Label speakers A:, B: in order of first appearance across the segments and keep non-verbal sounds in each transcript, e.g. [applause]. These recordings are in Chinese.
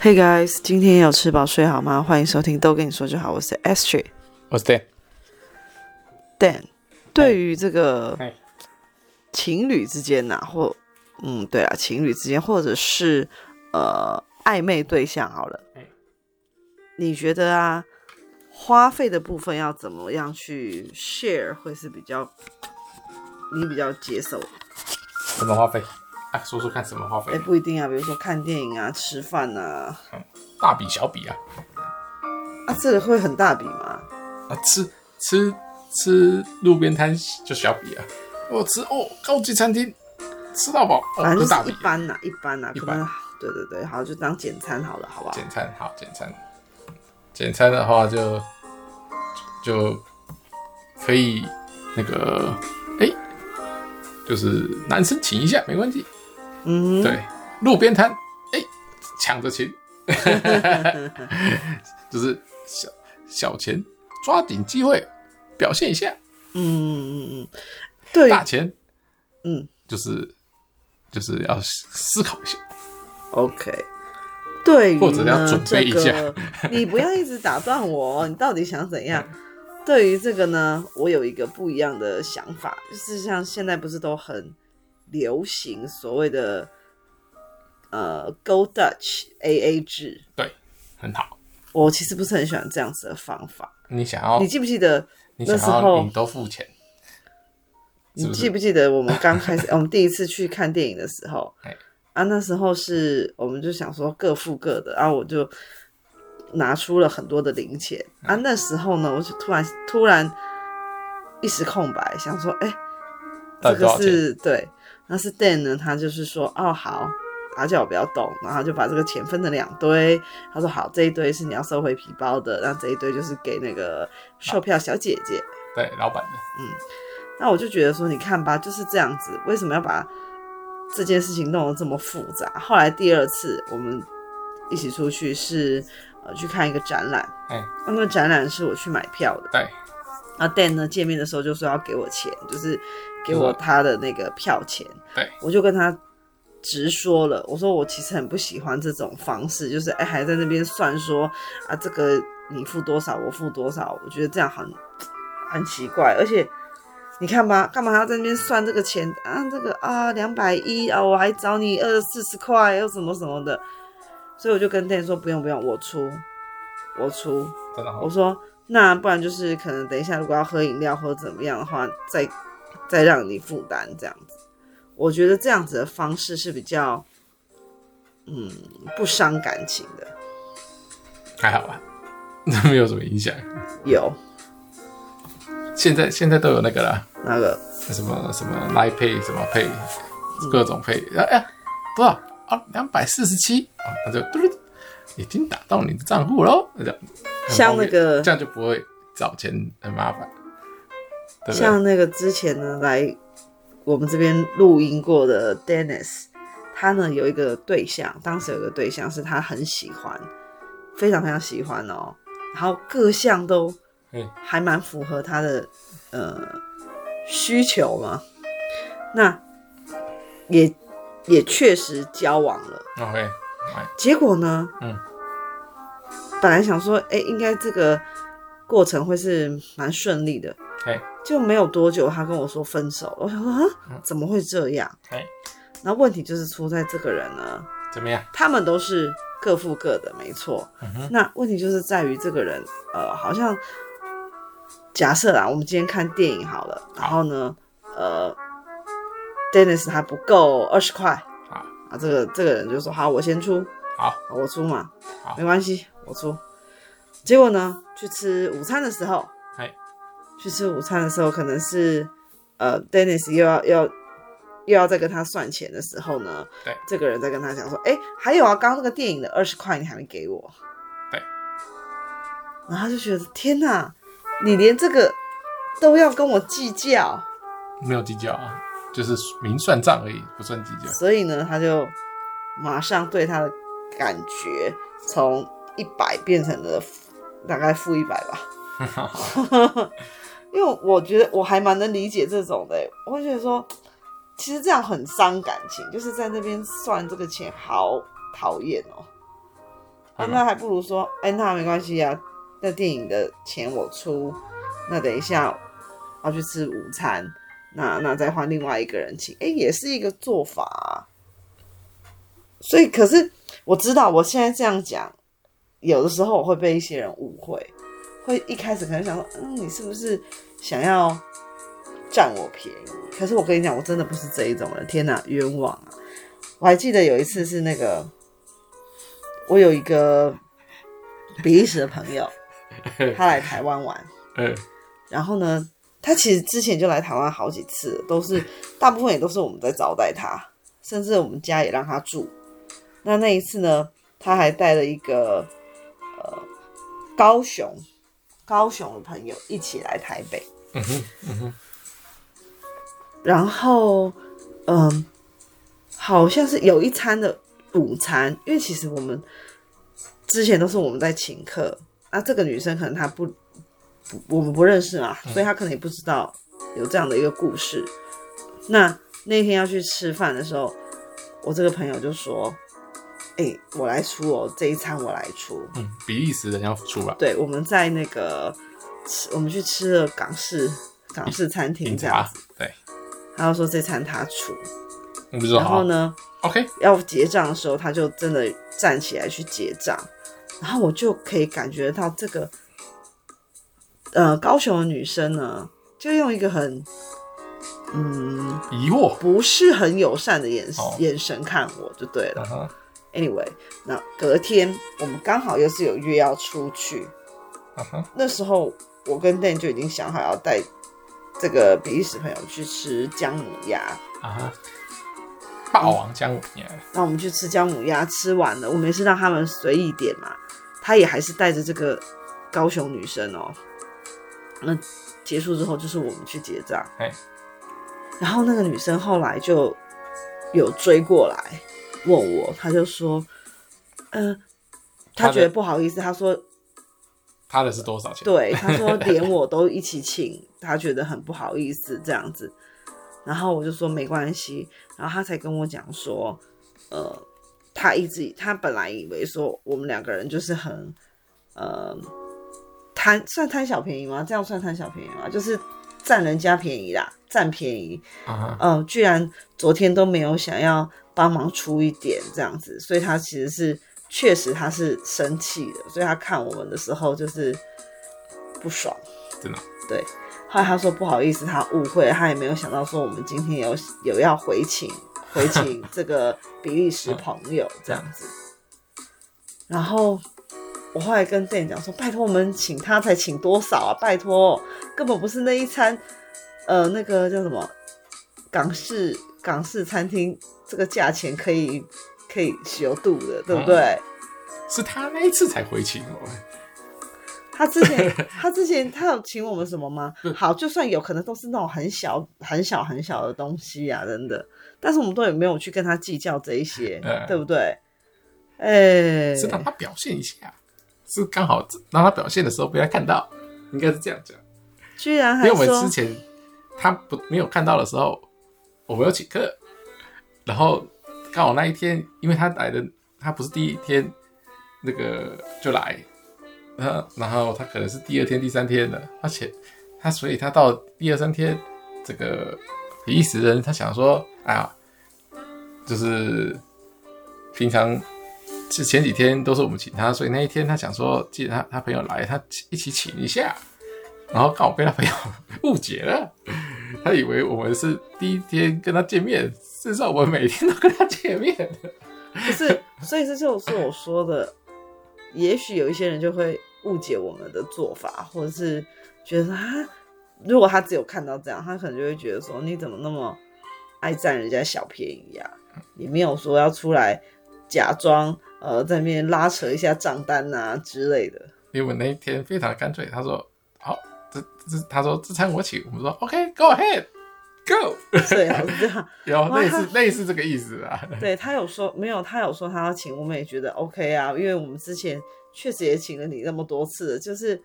A: Hey guys，今天有吃饱睡好吗？欢迎收听都跟你说就好，我是 S J
B: 我是 Dan，
A: Dan。对于这个
B: 嗨
A: 情侣之间呐、或嗯，对啊，情侣之间，或者是呃暧昧对象好了
B: 哎，
A: 你觉得啊，花费的部分要怎么样去 share 会是比较你比较接受？
B: 什么花费？啊，说说看什么花费
A: 哎，？不一定啊，比如说看电影啊、吃饭啊，
B: 大笔小笔啊？
A: 啊，这个会很大笔吗？
B: 啊，吃吃吃路边摊就小笔啊。我吃哦，高级餐厅吃到饱，
A: 反
B: 哦，
A: 正
B: 这大
A: 就是
B: 笔
A: 一。般呐、一般呐、
B: 一
A: 可
B: 般
A: 能对对对，好，就当简餐好了，好不好？
B: 简餐好，简餐，简餐的话就就可以那个，哎、就是男生请一下没关系。
A: 嗯，
B: 对，路边摊，哎、抢着请， [laughs] 就是小小钱，抓紧机会表现一下，
A: 嗯嗯嗯嗯，对，
B: 大钱
A: 嗯
B: 就是就是要思思考一下，
A: ，OK。对于
B: 或者要
A: 呢
B: 准备一
A: 这
B: 下
A: 个你不要一直打断我哦，你到底想怎样？
B: 嗯
A: 对于这个呢，我有一个不一样的想法，就是像现在不是都很流行所谓的呃 Go Dutch AA 制，
B: 对，很好。
A: 我其实不是很喜欢这样子的方法。
B: 你想要
A: 你记不记得
B: 你
A: 那
B: 想
A: 时候
B: 要你都付钱，是
A: 你
B: 不是
A: 记不记得我们刚
B: [laughs]
A: 开始，我们第一次去看电影的时候
B: 哎，
A: 啊，那时候是我们就想说各付各的，然、后我就拿出了很多的零钱
B: 哎
A: 啊。那时候呢，我就突然突然一时空白，想说，哎、
B: 到
A: 这
B: 底多
A: 个
B: 少钱？
A: 是对，那是 Dan 呢，他就是说，哦好，他叫我不要动，然后就把这个钱分成两堆，他说好，这一堆是你要收回皮包的，那这一堆就是给那个售票小姐姐。
B: 对，老板的
A: 那我就觉得说，你看吧，就是这样子，为什么要把这件事情弄得这么复杂？后来第二次我们一起出去是呃去看一个展览，
B: 哎
A: 那个展览是我去买票的，
B: 对，
A: 然后 Dan 呢见面的时候就说要给我钱，就是给我
B: 是
A: 他的那个票钱，
B: 对，
A: 我就跟他。直说了，我说我其实很不喜欢这种方式，就是哎、还在那边算说啊这个你付多少我付多少，我觉得这样很很奇怪，而且你看吧，干嘛还要在那边算这个钱啊？这个啊，两百一啊，我还找你二四十块，又什么什么的。所以我就跟店说，不用不用，我出，我出。
B: 真的好
A: 我，说那不然就是可能等一下如果要喝饮料或者怎么样的话，再再让你负担这样子。我觉得这样子的方式是比较，嗯，不伤感情的。
B: 还好吧， [laughs] 没有什么影响。
A: 有
B: 现在现在都有那个啦，
A: 那个
B: 什么什么 Line Pay 什么 Pay，各种 Pay，然
A: 嗯
B: 后哎呀多少啊？两百四十七啊，那就嘟噜，已经打到你的账户喽。那就很
A: 像
B: 方便
A: 那个
B: 这样就不会找钱很麻烦，对不对？
A: 像那个之前呢来我们这边录音过的 Dennis，他呢有一个对象，当时有个对象是他很喜欢，非常非常喜欢哦，然后各项都
B: 嗯
A: 还蛮符合他的呃需求嘛，那也也确实交往了，
B: ，OK，
A: 结果呢，
B: 嗯，
A: 本来想说，哎、应该这个过程会是蛮顺利的，
B: 哎
A: 就没有多久，他跟我说分手了。我想说啊，
B: 嗯
A: 怎么会这样？
B: 哎，
A: 然后问题就是出在这个人呢，
B: 怎么样？
A: 他们都是各付各的，没错。
B: 嗯哼，
A: 那问题就是在于这个人，呃，好像假设啊啦，我们今天看电影好了，然后呢，呃，Dennis 他不够二十块
B: 好
A: 啊，这个这个人就说好，我先出，
B: 好，
A: 我出嘛
B: 好，
A: 没关系，我出。结果呢，去吃午餐的时候，
B: 哎
A: 去吃午餐的时候，可能是呃，Dennis 又要要又要再跟他算钱的时候呢，
B: 对，
A: 这个人在跟他讲说，哎、还有啊，刚刚那个电影的二十块你还没给我，
B: 对，
A: 然后他就觉得天哪，你连这个都要跟我计较，
B: 没有计较啊，就是明算账而已，不算计较。
A: 所以呢，他就马上对他的感觉从一百变成了大概负一百吧。因为我觉得我还蛮能理解这种的欸、我会觉得说，其实这样很伤感情，就是在那边算这个钱，好讨厌哦。啊，
B: 对吧
A: 那还不如说，哎、那没关系啊，那电影的钱我出，那等一下要去吃午餐，那那再换另外一个人请，哎、也是一个做法、啊。所以，可是我知道我现在这样讲，有的时候我会被一些人误会，会一开始可能想说，嗯，你是不是想要占我便宜？可是我跟你讲，我真的不是这一种人，天哪，冤枉啊！我还记得有一次是那个，我有一个比利时的朋友，他来台湾玩，
B: 哎，
A: 然后呢，他其实之前就来台湾好几次了，都是大部分也都是我们在招待他，甚至我们家也让他住。那那一次呢，他还带了一个呃高雄高雄的朋友一起来台北，
B: 嗯哼，嗯哼，
A: 然后嗯，好像是有一餐的午餐，因为其实我们之前都是我们在请客，那这个女生可能她不不我们不认识嘛，
B: 嗯
A: 所以她可能也不知道有这样的一个故事。那那天要去吃饭的时候，我这个朋友就说：“哎、我来出哦，这一餐我来出。”
B: 嗯，比利时人要出啊吧，
A: 对，我们在那个吃，我们去吃了港式港式餐厅
B: 饮
A: 这样
B: 茶
A: 子，，
B: 对，
A: 他就说这餐他出，
B: 我们就说
A: 然
B: 好
A: 后呢，
B: ，OK，
A: 要结账的时候，他就真的站起来去结账，然后我就可以感觉到这个，呃，高雄的女生呢，就用一个很，嗯，
B: 疑惑，
A: 不是很友善的眼、
B: 哦
A: 眼神看我就对了
B: 嗯。哼，
A: Anyway，那隔天我们刚好又是有约要出去，
B: 嗯哼，
A: 那时候我跟 Dan 就已经想好要带这个比利时朋友去吃姜母鸭。
B: 啊哈，霸王姜母鸭，
A: 那我们去吃姜母鸭，吃完了，我们也是让他们随意点嘛。他也还是带着这个高雄女生哦。那结束之后，就是我们去结账
B: 哎。
A: 然后那个女生后来就有追过来问我，她就说：“嗯、她
B: 她的
A: 觉得不好意思，她说
B: 他的是多少钱？，
A: 对，他说连我都一起请， [laughs] 他觉得很不好意思这样子。然后我就说没关系，然后他才跟我讲说，呃，他一直他本来以为说我们两个人就是很，呃，贪算贪小便宜吗？这样算贪小便宜吗？就是占人家便宜啦，占便宜。
B: 啊哈，
A: 嗯，居然昨天都没有想要帮忙出一点这样子，所以他其实是确实他是生气的，所以他看我们的时候就是不爽。
B: 真的，
A: 对。后来他说不好意思，他误会了，他也没有想到说我们今天有有要回请回
B: [laughs]
A: 请这个比利时朋友这样子。然后我后来跟店员讲说，拜托我们请他才请多少啊？拜托，根本不是那一餐，呃，那个叫什么港式港式餐厅这个价钱可以可以修度的，对不对？
B: 啊是他那一次才回请我，
A: 他之
B: [laughs]
A: 前，他之前他有请我们什么吗
B: 嗯？
A: 好，就算有可能都是那种很小、很小、很小的东西啊，真的。但是我们都也没有去跟他计较这一些，
B: 嗯
A: 对不对？哎、
B: 是让他表现一下，是刚好让他表现的时候被他看到，应该是这样讲。
A: 居然
B: 因
A: 还
B: 为我们
A: 说
B: 之前他不没有看到的时候，我没有请客，然后刚好那一天，因为他来的他不是第一天那个就来，然后然后他可能是第二天、第三天的，而且他所以他到第二三天，这个比利时人他想说，哎呀，就是平常。是前几天都是我们请他，所以那一天他想说，既然他他朋友来，他一起请一下。然后刚好被他朋友误解了，他以为我们是第一天跟他见面，事实上我们每天都跟他见面的。
A: 不是，所以这就是我说的，也许有一些人就会误解我们的做法，或者是觉得说啊，如果他只有看到这样，他可能就会觉得说你怎么那么爱占人家小便宜啊？也没有说要出来假装呃在那边拉扯一下账单啊之类的。
B: 因为我们那一天非常干脆，他说：“好，这这他说这餐我请。”我们说：“OK，go、ahead。” Go，
A: 最好是这样，
B: 然后
A: 哇
B: 类似类似这个意思啊，
A: 对他有说没有？他有说他要请，我们也觉得 OK 啊，因为我们之前确实也请了你那么多次了，就是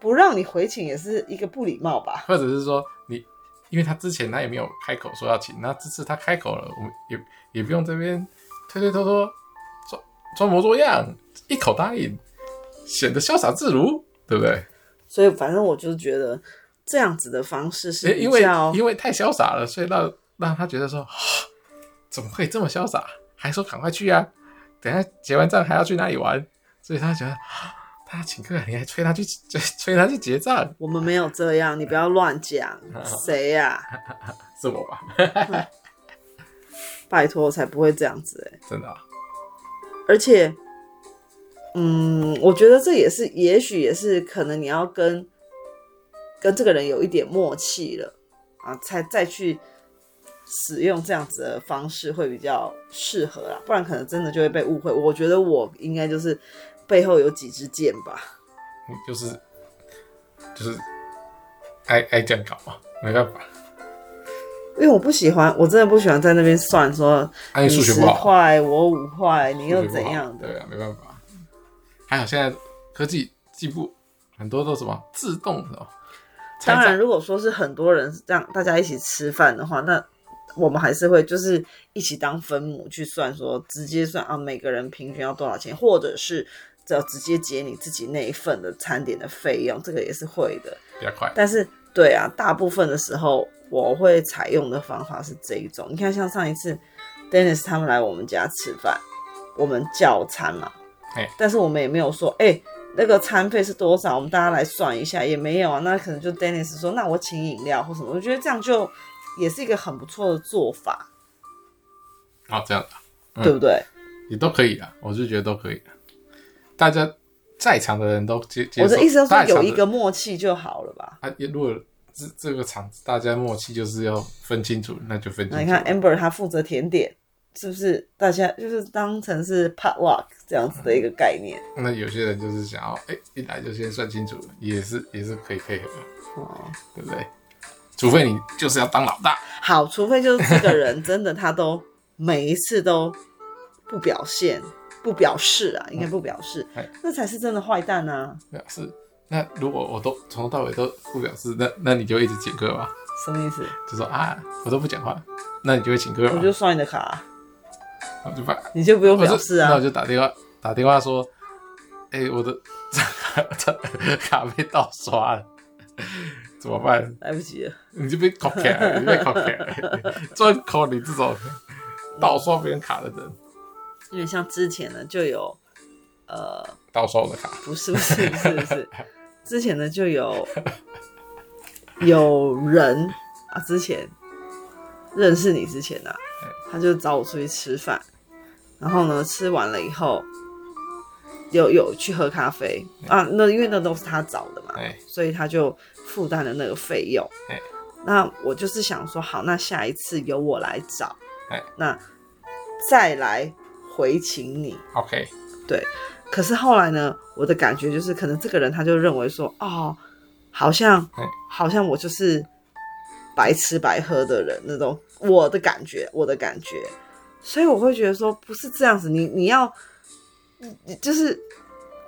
A: 不让你回请也是一个不礼貌吧。
B: 或者是说你，因为他之前他也没有开口说要请，那这次他开口了，我们也也不用这边推推拖拖，说装模作样，一口答应，显得潇洒自如，对不对？
A: 所以反正我就觉得这样子的方式是
B: 诶
A: 比
B: 因为
A: 较
B: 因为太潇洒了，所以让让他觉得说、啊怎么会这么潇洒？还说赶快去啊，等一下结完账还要去哪里玩？所以他觉得、啊他请客，你还催他去催催他去结账，
A: 我们没有这样，你不要乱
B: [laughs]
A: 讲，
B: 啊
A: 谁啊呀、
B: 是我吧？
A: 拜托，我才不会这样子哎、
B: 真的、啊，
A: 而且，嗯，我觉得这也是，也许也是可能你要跟跟这个人有一点默契了啊，才再去使用这样子的方式会比较适合啦，不然可能真的就会被误会。我觉得我应该就是背后有几支箭吧，
B: 你就是就是爱爱这样搞嘛，没办法，
A: 因为我不喜欢，我真的不喜欢在那边算说
B: 啊，
A: 你
B: 你数学
A: 十
B: 不好，
A: 块，我五块，你又
B: 数学不
A: 怎
B: 好
A: 样的？
B: 对啊，没办法。还好现在科技进步，很多都什么自动的哦。
A: 当
B: 拆
A: 然，
B: 账，
A: 如果说是很多人让大家一起吃饭的话，那我们还是会就是一起当分母去算说，直接算啊，每个人平均要多少钱，或者是只要直接结你自己那一份的餐点的费用，这个也是会的。
B: 比较快。
A: 但是，对啊，大部分的时候我会采用的方法是这一种。你看，像上一次 Dennis 他们来我们家吃饭，我们叫餐嘛，
B: 哎
A: 但是我们也没有说，哎、那个餐费是多少，我们大家来算一下，也没有啊。那可能就 Dennis 说，那我请饮料或什么，我觉得这样就也是一个很不错的做法，
B: 哦，这样的嗯
A: 对不对？
B: 也都可以啊，我是觉得都可以的。大家在场的人都接接受。
A: 我的意思是说
B: 在，场
A: 有
B: 的
A: 一个默契就好了吧。
B: 啊，如果这这个场子大家默契就是要分清楚，那就分清
A: 那
B: 楚。
A: 你看哎 Amber 她负责甜点，是不是大家就是当成是 pot luck 这样子的一个概念？
B: 那有些人就是想要，哎、一来就先算清楚，也是也是可以配合的，
A: 哦，
B: 对不对？除非你就是要当老大，
A: 好，除非就是这个人真的他都 [laughs] 每一次都不表现、不表示啊，应该不表示
B: 哎，
A: 那才是真的坏蛋啊！
B: 表示。那如果我都从头到尾都不表示，那那你就一直请客吧，
A: 什么意思？
B: 就说啊，我都不讲话，那你就会请客
A: 我
B: 吧，
A: 就刷你的卡，啊
B: 我就把
A: 你就不用
B: 我就
A: 表示
B: 那我
A: 啊。
B: 就打电话打电话说，哎、我的这卡被盗刷了，怎么办？
A: 来不及了，
B: 你就被扣起来了，你被扣起来了，专扣你这种盗刷别人卡的人，
A: 因为像之前呢就有，呃，
B: 盗刷我的卡，
A: 不是不是不是不是，之前呢就有有人啊，之前认识你之前呢、啊，他就找我出去吃饭，然后呢吃完了以后，有有去喝咖啡啊，那因为那都是他找的嘛，
B: 哎
A: 所以他就负担了那个费用
B: 哎。
A: 那我就是想说，好，那下一次由我来找
B: 哎，
A: 那再来回请你。
B: ，OK，
A: 可是后来呢，我的感觉就是，可能这个人他就认为说，哦，好像
B: 哎
A: 好像我就是白吃白喝的人那种，我的感觉，我的感觉，所以我会觉得说，不是这样子，你你要，你你就是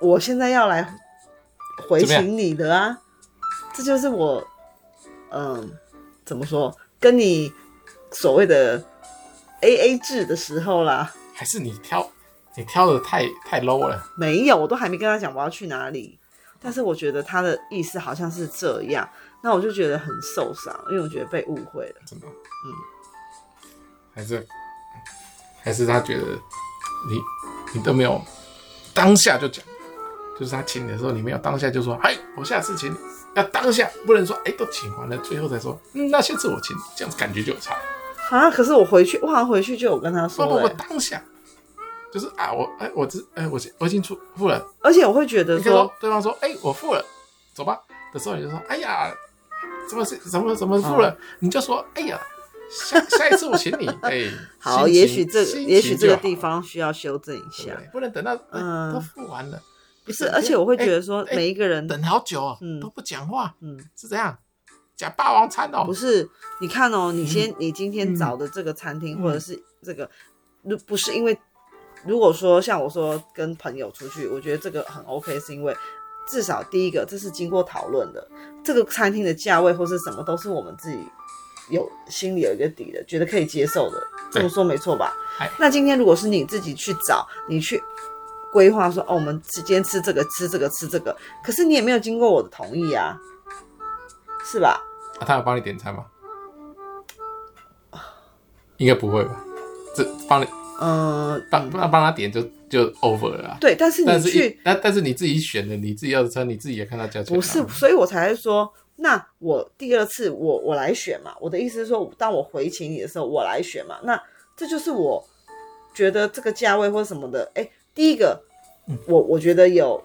A: 我现在要来回
B: 怎么样
A: 请你的啊，这就是我，嗯，怎么说，跟你所谓的 A A 制的时候啦。
B: 还是你挑你挑的太太 low 了，
A: 没有，我都还没跟他讲我要去哪
B: 哦
A: 里。但是我觉得他的意思好像是这样，那我就觉得很受伤，因为我觉得被误会了。
B: 真的，嗯，还是还是他觉得你你都没有当下就讲，就是他请你的时候，你没有当下就说，哎，我下次请你，要当下不能说，哎，都请完了，最后才说，嗯，那下次我请你，这样子感觉就有差。
A: 啊，可是我回去，我好像回去就有跟他说欸
B: 不不
A: 了、
B: 不，当下就是啊，我哎，我这哎，我我已经出付了，
A: 而且我会觉得
B: 你看到
A: 说，
B: 对方说哎，我付了，走吧的时候，你就说哎呀，怎么是怎么怎么付
A: 嗯
B: 了，你就说哎呀，下下一次我
A: [laughs]
B: 请你，哎，
A: 好，
B: 心情
A: 也许这个
B: 心情
A: 也许这
B: 就
A: 个
B: 好
A: 地方需要修正一
B: 对
A: 下
B: 不。对不能等到哎
A: 嗯
B: 都付完了，
A: 不是，而且我会觉得说
B: 哎，哎
A: 每一个人，
B: 等好久哦
A: 嗯
B: 都不讲话，
A: 嗯，
B: 是这样，假霸王餐哦
A: 不，是，你看哦，你先你今天
B: 嗯
A: 找的这个餐厅、
B: 嗯
A: 或者是这个，如不是因为，如果说像我说跟朋友出去，我觉得这个很 OK，是因为至少第一个这是经过讨论的，这个餐厅的价位或是什么都是我们自己有心里有一个底的，觉得可以接受的。这
B: 对
A: 么说没错吧
B: 哎？
A: 那今天如果是你自己去找，你去规划说，哦，我们今天吃这个，吃这个，吃这个，可是你也没有经过我的同意啊，是吧？
B: 啊，他有帮你点餐吗？应该不会吧？这帮你
A: 嗯，
B: 帮帮帮他点就就 over 了啊。
A: 对，但是你
B: 但是一
A: 去
B: 但但是你自己选的，你自己要的餐，你自己也看到价钱、啊。
A: 不是，所以我才会说，那我第二次我我来选嘛。我的意思是说，当我回请你的时候，我来选嘛。那这就是我觉得这个价位或什么的，哎，第一个，
B: 嗯
A: 我我觉得有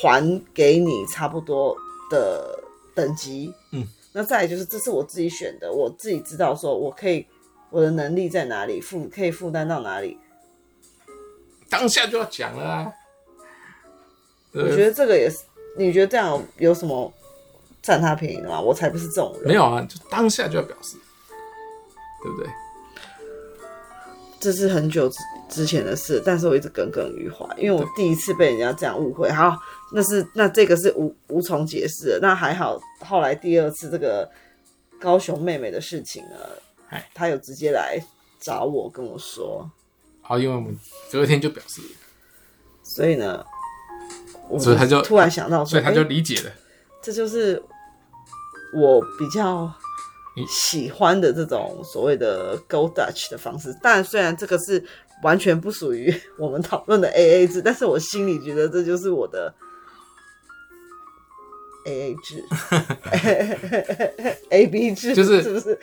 A: 还给你差不多的等级，
B: 嗯，
A: 那再来就是这是我自己选的，我自己知道说我可以我的能力在哪里，负可以负担到哪里。
B: 当下就要讲了啊。
A: 我觉得这个也是，你觉得这样有有什么占他便宜的吗？我才不是这种人。
B: 没有啊，就当下就要表示，对不对？
A: 这是很久之之前的事，但是我一直耿耿于怀，因为我第一次被人家这样误会。好，那是那这个是无无从解释的。那还好，后来第二次这个高雄妹妹的事情呢
B: 哎，
A: 她有直接来找我跟我说，
B: 好，因为我们隔天就表示，
A: 所以呢，我
B: 所以她就
A: 突然想到说，
B: 所以他就
A: 哎
B: 理解了。
A: 这就是我比较
B: 你
A: 喜欢的这种所谓的 Go Dutch 的方式。但虽然这个是完全不属于我们讨论的 AA 制，但是我心里觉得这就是我的 AA
B: [laughs]
A: 制，AB 制，
B: 就是
A: 是不是？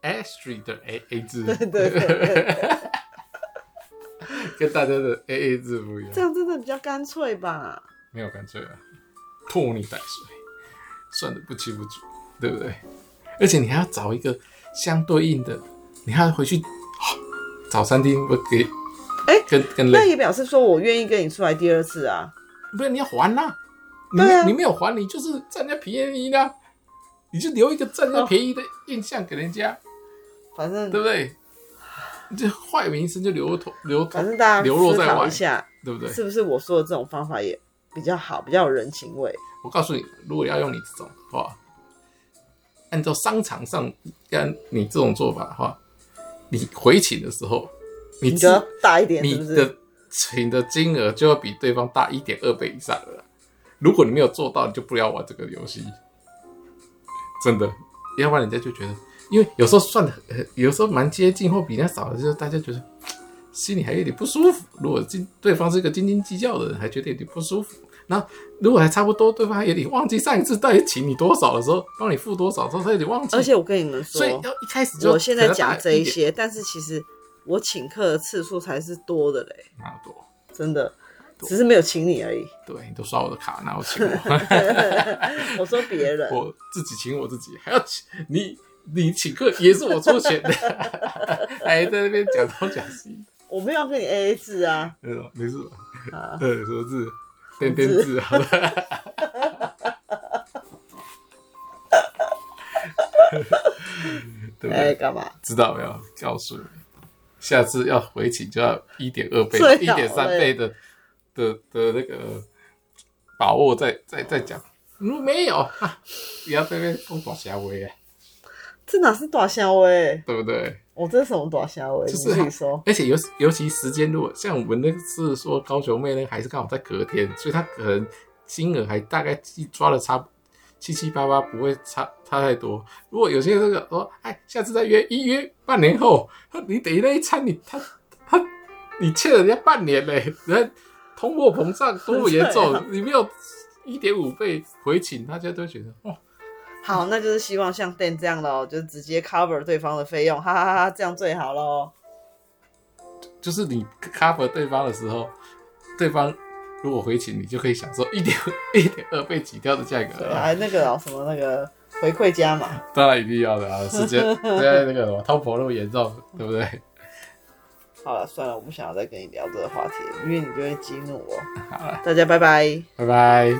B: Astrid 的 A A 字，
A: 对
B: [laughs]
A: 对，
B: 跟大家的 A A 字不一
A: 这
B: 样，
A: 样真的比较干脆吧？
B: 没有干脆啊，拖泥带水，算的不清不楚，对不对？而且你还要找一个相对应的，你还要回去、哦找餐厅，我给，
A: 哎
B: 更更
A: 那
B: 累，
A: 也表示说我愿意跟你出来第二次啊。
B: 不然你要还呐、你
A: 对
B: 没、
A: 啊
B: 你没有还，你就是占人家便宜啦、你就留一个占人家便宜的印象给人家，
A: 嗯反正
B: 对不对？你这坏名声就留头留头
A: 反正大家
B: 流落
A: 思
B: 在
A: 考
B: 外
A: 一，下，
B: 对不对？
A: 是不是我说的这种方法也比较好，比较有人情味？
B: 我告诉你，如果要用你这种的话，按照商场上按你这种做法的话，你回请的时候，你
A: 你
B: 自
A: 就要大一点，
B: 你
A: 是不是？
B: 的请的金额就要比对方大一点二倍以上了啦。如果你没有做到，你就不要玩这个游戏，真的，要不然人家就觉得，因为有时候算的，呃有时候蛮接近或比人家少的，就是大家觉得心里还有点不舒服。如果今对方是一个斤斤计较的人，还觉得有点不舒服。那如果还差不多，对方还有点忘记上一次到底请你多少的时候，帮你付多少的时候，他有点忘
A: [laughs]
B: 记。
A: 而且我跟你们说
B: 所以，要一开始就
A: 哦我现在讲这一
B: 给他大
A: 些，但是其实我请客的次数才是多的嘞，
B: 一点，哪有多？
A: 真的，只是没有请你
B: [laughs]
A: 而已。
B: 对哎你都刷我的卡，哪有
A: [laughs]
B: 请我？
A: 我说别人，
B: 我自己请我自己，还要请 [laughs] 你，你请客也是我出钱的， [laughs] 还在那边假东假西，
A: 我没有要跟你 AA 制啊，
B: 那种没事吧？
A: 啊，
B: 呃，什么字？点点字啊好了。 [laughs] 对不
A: 哎，
B: 对？
A: 干嘛？
B: 知道没有？告诉你，下次要回请就要一点二倍、一
A: 最好
B: 点三
A: 嘞
B: 倍的的的那个把握再再再讲。如果没有，啊、不要在那边疯狂瞎威啊，
A: 这哪是短香味？
B: 对不对？
A: 我这是什么短香味？你
B: 就是
A: 自己说。
B: 而且尤尤其时间，如果像我们那次说高雄妹呢，还是刚好在隔天，所以她可能金额还大概记抓的差不七七八八，不会差差太多。如果有些这个说，哎，下次再约，一约半年后，你等于那一餐你他他你欠人家半年嘞，人家通货膨胀多么严
A: 对
B: 重
A: 啊，
B: 你没有一点五倍回请，大家都觉得哇，
A: 好，那就是希望像 Dan 这样咯，就直接 cover 对方的费用，哈哈哈哈，这样最好咯。
B: 就是你 cover 对方的时候，对方如果回请你，就可以享受一点 [laughs] 一点二倍起跳的价格
A: 对，
B: 了。
A: 还那个哦什么那个回馈加码。
B: 当然一定要的啊，时间现在那个什么通膨那么严重，对不对？
A: 好了，算了，我不想要再跟你聊这个话题了，因为你就会激怒我。
B: 好了，
A: 大家拜拜。
B: 拜拜。